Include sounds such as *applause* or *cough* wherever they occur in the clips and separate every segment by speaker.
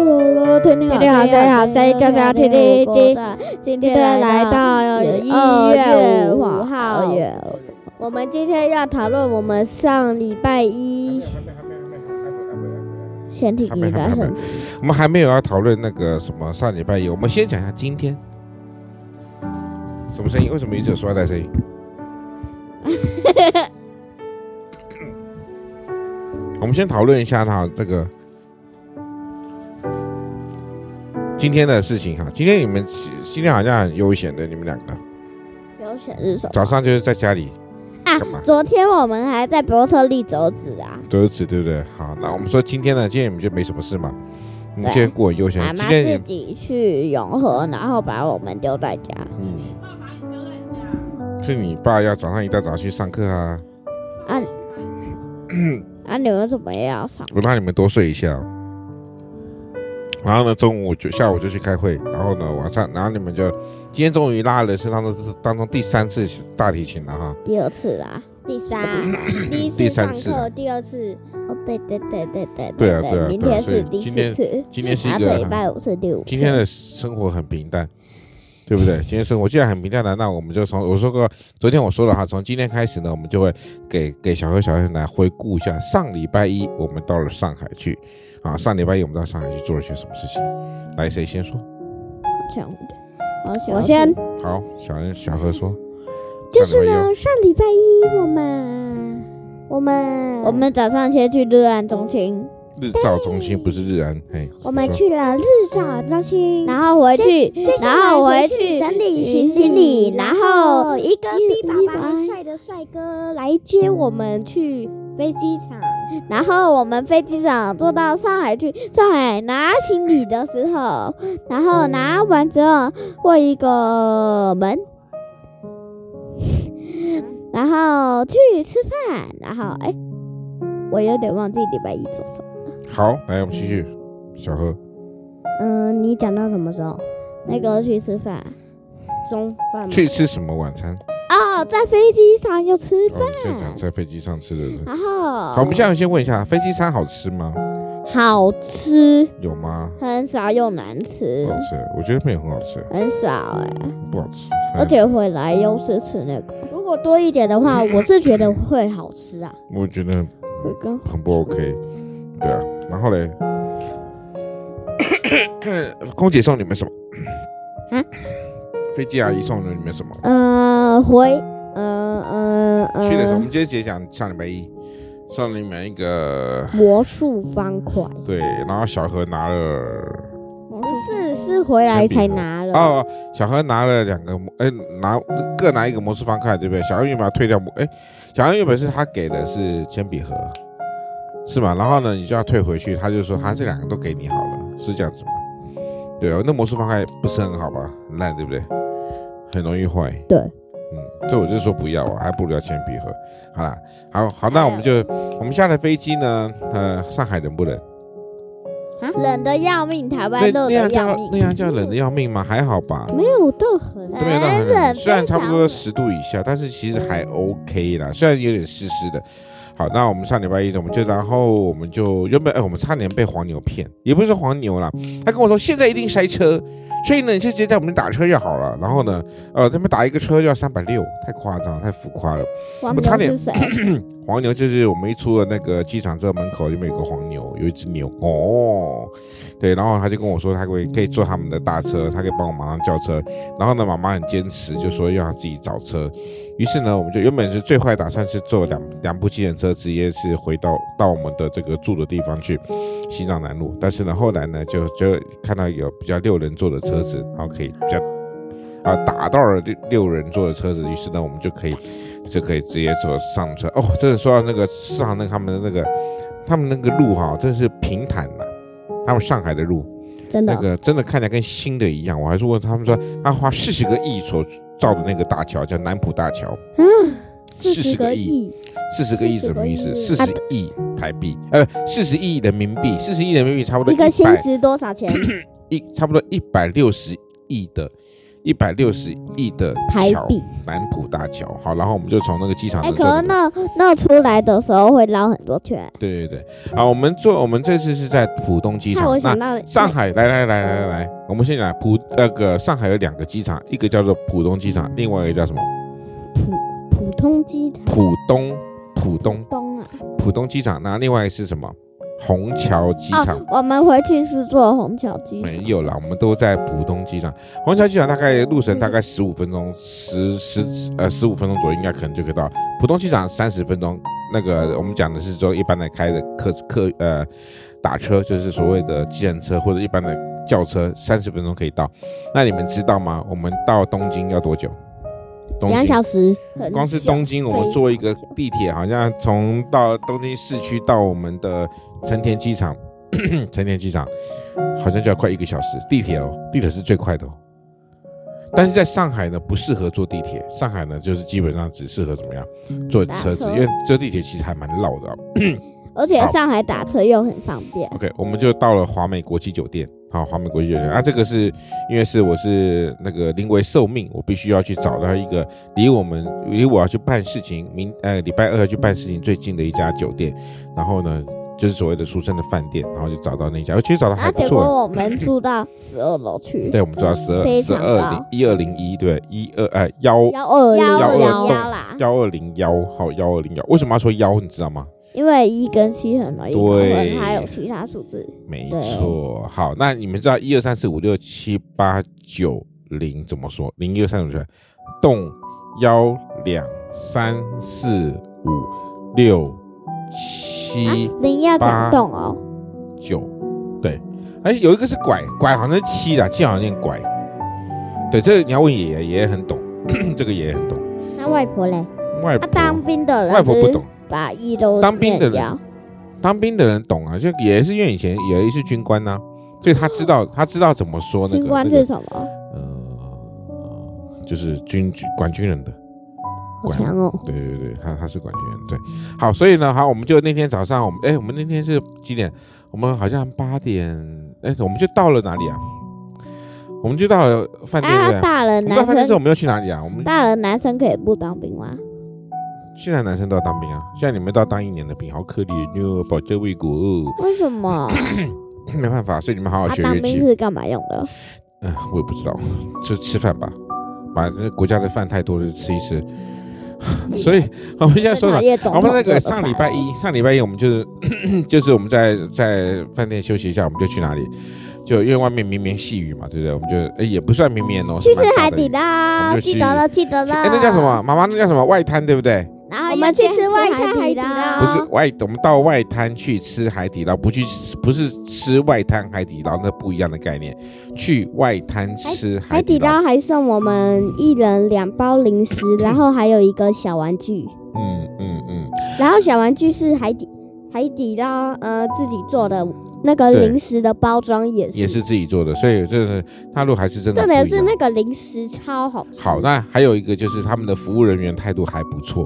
Speaker 1: 天天好声音好声
Speaker 2: 天天好声音，好声
Speaker 1: 音
Speaker 2: 音，
Speaker 1: 就
Speaker 2: 就是是
Speaker 1: 要
Speaker 2: 要
Speaker 1: 天
Speaker 2: 天
Speaker 1: 天
Speaker 2: 天
Speaker 1: 一
Speaker 2: 一
Speaker 1: 听
Speaker 2: 听。
Speaker 1: 今
Speaker 2: 今天来到
Speaker 1: 二
Speaker 2: 二
Speaker 1: 月
Speaker 2: 月
Speaker 1: 五
Speaker 2: 五
Speaker 1: 号
Speaker 2: 号，
Speaker 1: 我们今天要讨论我们上礼拜一先听
Speaker 3: 还
Speaker 1: 你
Speaker 3: 没还
Speaker 1: 的
Speaker 3: 没还没还没还没还没还没
Speaker 1: 什么？
Speaker 3: 还没还没我们还没有要讨论那个什么上礼拜一，我们先讲一下今天什么声音？为什么一直有刷的声音？
Speaker 1: *laughs*
Speaker 3: 我们先讨论一下哈，这个今天的事情哈。今天你们今天好像很悠闲的，你们两个
Speaker 1: 有选是什么
Speaker 3: 早上就是在家里
Speaker 1: 啊
Speaker 3: 干嘛？
Speaker 1: 昨天我们还在伯特利走纸啊，
Speaker 3: 折纸，对不对？好，那我们说今天呢，今天你们就没什么事嘛，你
Speaker 1: 对
Speaker 3: 们
Speaker 1: 啊
Speaker 3: 今天过很悠闲
Speaker 1: 妈。
Speaker 3: 今
Speaker 1: 妈
Speaker 3: 天
Speaker 1: 自
Speaker 3: 你
Speaker 1: 己去永和，然后把我们丢在家
Speaker 3: 嗯，是你爸要早上一大早去上课啊，
Speaker 1: 啊。啊，你们怎么也要上？
Speaker 3: 我让你们多睡一下哦。然后呢，中午就下午就去开会，然后呢晚上，然后你们就今天终于拉了是当中当中第三次大提琴了哈，
Speaker 1: 第二次啦，
Speaker 2: 第三，
Speaker 1: 第一次
Speaker 3: 第三
Speaker 1: 上
Speaker 3: 次
Speaker 1: 课
Speaker 3: 啊，
Speaker 1: 第二次，哦，对对对对对
Speaker 3: 对啊对啊对啊
Speaker 1: 明天
Speaker 3: 所以
Speaker 1: 是第
Speaker 3: 今
Speaker 1: 四
Speaker 3: 天
Speaker 1: 次，
Speaker 3: 今天是一
Speaker 1: 然后
Speaker 3: 个
Speaker 1: 这礼拜五是第五次。
Speaker 3: 今天的生活很平淡，对不对？今天生活既然很平淡了，那我们就从我说过，昨天我说了哈，从今天开始呢，我们就会给给小何小黑来回顾一下上礼拜一我们到了上海去，啊，上礼拜一我们到上海去做了些什么事情？来，谁先说？
Speaker 1: 这样的，好想
Speaker 2: 我先
Speaker 3: 好，小恩小何说，
Speaker 2: 就是
Speaker 3: 上礼拜
Speaker 2: 呢，上礼拜一我们我们
Speaker 1: 我们早上先去日安中心，
Speaker 3: 一日照中心不是日安，哎，
Speaker 2: 我们
Speaker 3: 你说
Speaker 2: 去了日照中心，
Speaker 1: 然后回嗯去，
Speaker 2: 接下
Speaker 1: 然
Speaker 2: 来
Speaker 1: 后
Speaker 2: 回
Speaker 1: 回
Speaker 2: 去
Speaker 1: 去
Speaker 2: 整理
Speaker 1: 嗯
Speaker 2: 行
Speaker 1: 行
Speaker 2: 李，
Speaker 1: 李
Speaker 2: 然
Speaker 1: 然后
Speaker 2: 后一个
Speaker 1: 一
Speaker 2: B 爸爸
Speaker 1: 一
Speaker 2: 很帅的帅哥来接我们去飞机场。
Speaker 1: 然后我们飞机场坐到上海去，上海拿行李的时候，然后拿完之后过一个门，然后去吃饭，然后哎，我有点忘记礼拜一做什么。
Speaker 3: 好，来我们继续，小何，
Speaker 2: 嗯，你讲到什么时候？
Speaker 1: 那个去吃饭
Speaker 2: 中饭吗
Speaker 3: 去吃什么晚餐？
Speaker 1: 哦，在飞机上又吃
Speaker 3: 哦
Speaker 1: 饭，，
Speaker 3: 你现在讲在飞机上吃的是。
Speaker 1: 然后
Speaker 3: 好，我们现在先问一下，飞机餐好吃吗？
Speaker 2: 好吃，
Speaker 3: 有吗？
Speaker 1: 很少又难吃
Speaker 3: 不，好吃，我觉得没有很好吃，
Speaker 1: 很少哎、
Speaker 3: 不好吃。
Speaker 1: 而且回来又是吃那个，
Speaker 2: 如果多一点的话，我是觉得会好吃啊。
Speaker 3: 哎我觉得
Speaker 1: 我刚
Speaker 3: 很不 OK，对啊。然后嘞， *coughs* 空姐送你们什么？
Speaker 1: 嗯
Speaker 2: 啊
Speaker 3: 飞机阿姨送了你们什么？
Speaker 2: 呃，回，呃呃
Speaker 3: 去的时候，我
Speaker 2: 呃，
Speaker 3: 们今天直接讲上礼拜一，送了你们一个
Speaker 2: 魔术方块，
Speaker 3: 对，然后小何拿了
Speaker 2: 不是，是回来才拿了。
Speaker 3: 哦，小何拿了两个魔，哎，拿各拿一个魔术方块，对不对？小何原本要退掉魔，哎，小何原本是他给的是铅笔盒，是吗？然后呢，你就要退回去，他就说他这两个都给你好了，是这样子吗？对啊，那魔术方块不是很好吧？很烂，对不对？很容易坏。
Speaker 2: 对
Speaker 3: 嗯，所以我就说不要啊，还不如要铅笔盒。好啦，好好，那我们
Speaker 1: 哎
Speaker 3: 就我们下了飞机呢，呃，上海冷不冷？
Speaker 1: 冷的要命，台湾
Speaker 3: 那
Speaker 1: 热
Speaker 3: 那
Speaker 1: 的
Speaker 3: 样
Speaker 1: 要
Speaker 3: 叫
Speaker 1: 命
Speaker 3: 那，样叫冷的要命吗？还
Speaker 1: *laughs*
Speaker 3: 好吧。
Speaker 2: 没有到很
Speaker 3: 都没有到很
Speaker 1: 很冷
Speaker 3: 冷，虽然
Speaker 1: 非
Speaker 3: 差不
Speaker 1: 常
Speaker 3: 多
Speaker 1: 冷
Speaker 3: 十度以下，但是其实还 OK 啦，虽然有点湿湿的。好，那我们上礼拜一，我们就然后我们就原本哎，我们差点被黄牛骗，也不是说黄牛啦，他跟我说现在一定塞车，所以呢，你就直接在我们打车就好了。然后呢，呃，他们打一个车就要三百六，太夸张，太浮夸了。
Speaker 1: 黄
Speaker 3: 我差
Speaker 1: 牛
Speaker 3: 点
Speaker 1: 是谁？
Speaker 3: 黄牛就是我们一出了那个机场之后，门口里面有个黄牛，有一只牛哦，对，然后他就跟我说，他可以可以坐他们的大车，他可以帮我马上叫车。然后呢，妈妈很坚持，就说要他自己找车。于是呢，我们就原本是最坏打算是坐两两部计程车，直接是回到到我们的这个住的地方去，西藏南路。但是呢，后来呢，就就看到有比较六人座的车子，然后可以比较啊打到了六六人座的车子，于是呢，我们就可以就可以直接坐上车。哦，真的说到那个市场那个他们的那个他们那个路哈、真是平坦了、他们上海的路。
Speaker 2: 真
Speaker 3: 那个真的看起来跟新的一样。我还是问他们说，他花四十个亿所造的那个大桥叫南浦大桥，40个亿，四十个亿什么意思？四
Speaker 2: 40
Speaker 3: 十亿台币，呃，四十亿人民币，四十亿人民币差不多
Speaker 2: 一个
Speaker 3: 100
Speaker 2: 薪值多少钱？
Speaker 3: 一差不多一百六十亿的一百六十亿的
Speaker 1: 台
Speaker 3: 桥
Speaker 1: 币。
Speaker 3: 南浦大桥。好，然后我们就从那个机场
Speaker 1: 哎、
Speaker 3: 的
Speaker 1: 可是
Speaker 3: 转
Speaker 1: 那那出来的时候会绕很多圈，
Speaker 3: 对对对，啊，我们坐我们这次是在浦东机
Speaker 1: 害
Speaker 3: 场。
Speaker 1: 我
Speaker 3: 那
Speaker 1: 想到了
Speaker 3: 上海，来来来来来来，我们先讲浦那个上海有两个机场，一个叫做浦东机
Speaker 1: 嗯
Speaker 3: 场，另外一个叫什么？
Speaker 2: 普通机场
Speaker 3: 浦东浦东
Speaker 1: 东啊。
Speaker 3: 浦东机场。那另外是什么？虹桥机场。
Speaker 1: 哦，我们回去是坐虹桥机场
Speaker 3: 没，有啦，我们都在浦东机场。虹桥机场大概路程大
Speaker 2: 嗯
Speaker 3: 概十五分钟，十十呃十五分钟左右，应该可能就可以到。浦东机场三十分钟。那个我们讲的是说一般的开的客客呃打车，就是所谓的计程车或者一般的轿车，三十分钟可以到。那你们知道吗？我们到东京要多久？东
Speaker 2: 两
Speaker 3: 京
Speaker 2: 小时，
Speaker 1: 很
Speaker 3: 光是
Speaker 1: 久
Speaker 3: 东京，我们
Speaker 1: 非
Speaker 3: 坐一
Speaker 1: 常
Speaker 3: 个
Speaker 1: 久
Speaker 3: 地铁，好像从到东京市区到我们的成田机场， *clears throat* 成田机场好像就要快一个小时。地铁哦，地铁是最快的哦。但是在上海呢，不适合坐地铁。上海呢，就是基本上只适合怎么样坐
Speaker 1: 打
Speaker 3: 车子，
Speaker 1: 车
Speaker 3: 因为坐地铁其实还蛮绕的哦、
Speaker 1: 而且
Speaker 3: 好
Speaker 1: 上海打车又很方便。
Speaker 3: OK，我们就到了华美国际酒店。好，华美国际酒店啊，这个是因为是我是那个临危受命，我必须要去找到一个离我们离我要去办事情，明呃礼拜二要去办事情最近的一家酒店。然后呢，就是所谓的书生的饭店，然后就找到那家，哦我其实找的
Speaker 1: 然后
Speaker 3: 还不
Speaker 1: 啊结
Speaker 3: 错。
Speaker 1: 果我们住到十二楼去，
Speaker 3: 对，我们知道十二
Speaker 1: 非
Speaker 3: 十
Speaker 1: 常
Speaker 3: 二零
Speaker 1: 高
Speaker 3: 一二零一对一二哎幺
Speaker 2: 幺二
Speaker 1: 幺
Speaker 3: 幺
Speaker 1: 二
Speaker 3: 二
Speaker 1: 零
Speaker 3: 栋
Speaker 1: 幺啦，
Speaker 3: 幺二零幺好幺二零幺，为什么要说幺？你知道吗？
Speaker 1: 因为一跟七很容易搞
Speaker 3: 对
Speaker 1: 混，还有其他数字。
Speaker 3: 没
Speaker 1: 对
Speaker 3: 错，好，那你们知道一二三四五六七八九零怎么说？零一二三五么动幺两三四五六
Speaker 1: 啊
Speaker 3: 七，
Speaker 1: 零要讲
Speaker 3: 八
Speaker 1: 懂哦，
Speaker 3: 九，对，哎，有一个是拐，拐好像是七啦，七好像念拐。对，这个你要问爷爷，爷爷很懂， *clears throat* 这个爷爷很懂。
Speaker 2: 那外婆嘞？
Speaker 3: 外
Speaker 1: 啊，
Speaker 3: 婆，
Speaker 1: 当兵的人
Speaker 3: 外婆
Speaker 1: 就
Speaker 3: 不
Speaker 1: 是
Speaker 3: 懂，
Speaker 1: 把一都
Speaker 3: 当兵的人
Speaker 1: 念掉
Speaker 3: 当兵的人懂啊，就爷爷是因为以前爷爷是军官呐、所以他知道他知道怎么说那个
Speaker 1: 军官
Speaker 3: 那个
Speaker 1: 是什么？
Speaker 3: 呃，就是军军管军人的，
Speaker 2: 好强哦！
Speaker 3: 对对对，他他是管军人，对，好，所以呢，好，我们就那天早上，我们哎，我们那天是几点？我们好像八点，哎，我们就到了哪里啊？我们就到了饭店，对
Speaker 1: 啊，
Speaker 3: 不对？
Speaker 1: 大人
Speaker 3: 我们到
Speaker 1: 男
Speaker 3: 饭店之
Speaker 1: 生，
Speaker 3: 后，我们又去哪里啊？我们
Speaker 1: 大人男生可以不当兵吗？
Speaker 3: 现在男生都要当兵啊，现在你们都要当一年的兵，好可怜哟，保家卫国哦，
Speaker 1: 为什么？
Speaker 3: 没办法，所以你 *coughs* 们好好
Speaker 1: 啊，
Speaker 3: 学
Speaker 1: 当
Speaker 3: 乐
Speaker 1: 兵
Speaker 3: 器。
Speaker 1: 是干嘛用的？
Speaker 3: 嗯，我也不知道，就吃饭吧，反正国家的饭太多了，就吃一吃。 *laughs* 所以我们现在
Speaker 1: 最
Speaker 3: 说了
Speaker 1: 讨，厌总
Speaker 3: 我
Speaker 1: 统
Speaker 3: 们那
Speaker 1: 做的
Speaker 3: 个上礼
Speaker 1: 饭
Speaker 3: 拜一，上礼拜一我们就是 *clears throat* 就是我们在在饭店休息一下，我们就去哪里？就因为外面绵绵细雨嘛，对不对？我们就哎也不算绵绵哦，
Speaker 1: 去
Speaker 3: 是蛮
Speaker 1: 吃
Speaker 3: 大
Speaker 1: 海
Speaker 3: 的
Speaker 1: 底
Speaker 3: 雨。我
Speaker 1: 捞，
Speaker 3: 们就
Speaker 1: 记
Speaker 3: 去
Speaker 1: 得了，记得了。
Speaker 3: 哎，那叫什？么？妈妈，那叫什么？外滩对不对？
Speaker 1: 然后
Speaker 2: 我们
Speaker 1: 又
Speaker 2: 去吃外滩海底
Speaker 1: 啊
Speaker 3: 不
Speaker 2: 捞
Speaker 3: 是外，我们到外滩去吃海底捞，不去吃不是吃外滩海底捞，那不一样的概念。去外滩吃
Speaker 2: 海
Speaker 3: 海
Speaker 2: 底
Speaker 3: 底捞，
Speaker 2: 捞还送我们一人两包零食，然后还有一个小玩具。
Speaker 3: 嗯嗯嗯，
Speaker 2: 然后小玩具是海底海底捞呃自己做的那个
Speaker 3: 对
Speaker 2: 零食的包装也是，
Speaker 3: 也是自己做的，所以这是大陆还是真的
Speaker 2: 重
Speaker 3: 不一样。
Speaker 2: 点是那个零食超好吃。
Speaker 3: 好，那还有一个就是他们的服务人员态度还不错，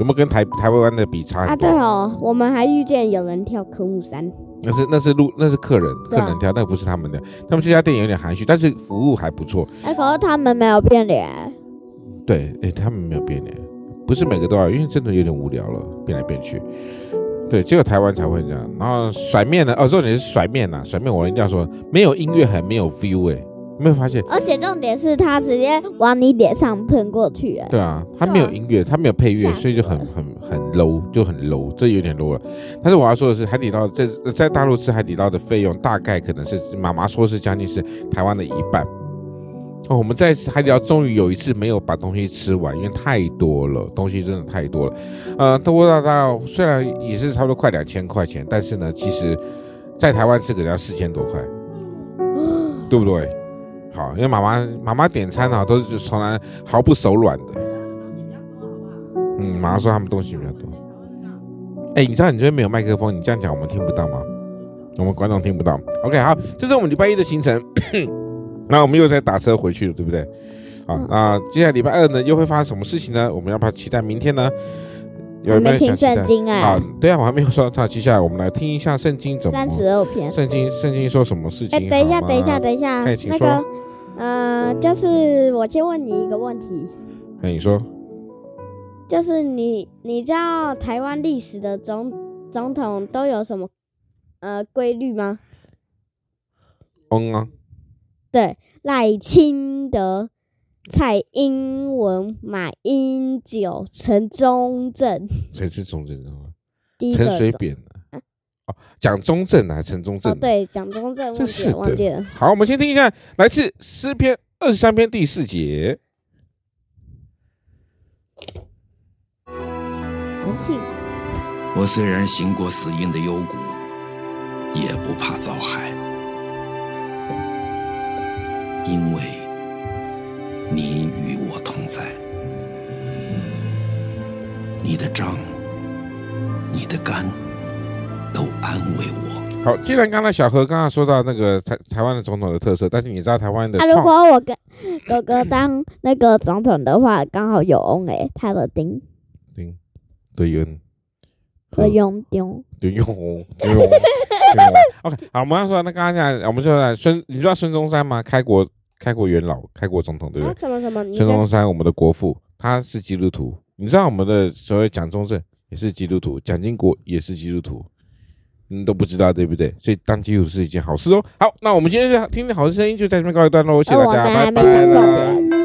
Speaker 3: 有没有跟台台湾的比差
Speaker 2: 啊，
Speaker 3: 很
Speaker 2: 对
Speaker 3: 多？
Speaker 2: 哦，我们还遇见有人跳科目三，
Speaker 3: 那是那是路那是客人客
Speaker 2: 对啊
Speaker 3: 人挑，那不是他们的。他们这家店有点含蓄，但是服务还不错。
Speaker 1: 哎，可是他们没有变脸，
Speaker 3: 对，哎，他们没有变脸，不是每个都要，因为真的有点无聊了，变来变去。对，只有台湾才会这样。然后甩面呢？哦，重点是甩面呐、甩面我一定要说，没有音乐很没有 feel 哎、有没有发现？
Speaker 1: 而且重点是他直接往你脸上喷过去，哎，
Speaker 3: 对啊，它没有音乐，它没有配乐
Speaker 1: 吓，死
Speaker 3: 所以就很
Speaker 1: 我了
Speaker 3: 很很 low，就很 low，这有点 low 了。但是我要说的是，海底捞在在大陆吃海底捞的费用大概可能是妈妈说是将近是台湾的一半。哦，我们在海底捞终于有一次没有把东西吃完，因为太多了，东西真的太多了。呃，多到到虽然也是差不多快两千块钱，但是呢，其实在台湾吃可能要四千多块，
Speaker 1: 嗯
Speaker 3: 对不对？好，因为妈妈妈妈点餐啊，都是从来毫不手软的。嗯，马上说他们东西比较多。哎，你知道你这边没有麦克风，你这样讲我们听不到吗？我们观众听不到。OK，好，这是我们礼拜一的行程。那我们又在打车回去了，对不对？好，
Speaker 1: 嗯
Speaker 3: 那接下来礼拜二呢，又会发生什么事情呢？我们要不要期待明天呢？有
Speaker 1: 我
Speaker 3: 没
Speaker 1: 们
Speaker 3: 有想
Speaker 1: 听
Speaker 3: 期待
Speaker 1: 圣？经
Speaker 3: 好
Speaker 1: 哎，，
Speaker 3: 对啊，我还没有说。那接下来我们来听一下圣经怎么
Speaker 1: 三。十二篇。
Speaker 3: 圣经圣经说什么事情？
Speaker 2: 哎，等一下，
Speaker 3: 好吗
Speaker 2: 等一下，，等一下
Speaker 3: 哎请，
Speaker 2: 那
Speaker 3: 说
Speaker 2: 个呃，就是我先问你一个问题，
Speaker 3: 哎，你说
Speaker 2: 就是你你知道台湾历史的总总统都有什么呃规律吗？
Speaker 3: 嗯啊，
Speaker 2: 赖清德、蔡英文、马英九、陈中正，
Speaker 3: 谁是中正的吗？
Speaker 2: 第一个
Speaker 3: 陈水
Speaker 2: 总
Speaker 3: 扁啊哦，讲中正啊，陈中正
Speaker 2: 哦，
Speaker 3: 啊。
Speaker 2: 对，蒋中正忘
Speaker 3: 真
Speaker 2: 记
Speaker 3: 是
Speaker 2: 了，忘
Speaker 3: 的
Speaker 2: 记了。
Speaker 3: 好，我们先听一下，来自诗篇二十三篇第四节。
Speaker 2: 安静。
Speaker 4: 我虽然行过死荫的幽谷，也不怕遭害，因为你与我同在。你的杖，你的竿，都安慰我。
Speaker 3: 好，既然刚才小何刚刚说到那个台台湾的总统的特色，但是你知道台湾的
Speaker 1: 啊，如
Speaker 3: 创、
Speaker 1: 果我跟哥哥当那个总统的话，刚好有翁诶，他的丁
Speaker 3: 对对用嗯
Speaker 1: 和用丁，
Speaker 3: 对用对用 OK，好，我们要说那刚刚讲，我们说来孙，你知道孙中山吗？开国开国元老，开国总统，对不
Speaker 2: 啊，
Speaker 3: 对？
Speaker 2: 什么什么？你
Speaker 3: 孙
Speaker 2: 在
Speaker 3: 中山，我们的国父，他是基督徒。你知道我们的所谓蒋中正也是基督徒，蒋经国也是基督徒，你都不知道对不对？所以当基督徒是一件好事哦。好，那我们今天就听听好声音，就在这边告一段落，谢谢
Speaker 1: 而
Speaker 3: 大
Speaker 1: 我
Speaker 3: 家，
Speaker 1: 们还没
Speaker 3: 拜
Speaker 1: 讲
Speaker 3: 拜。
Speaker 1: 重点。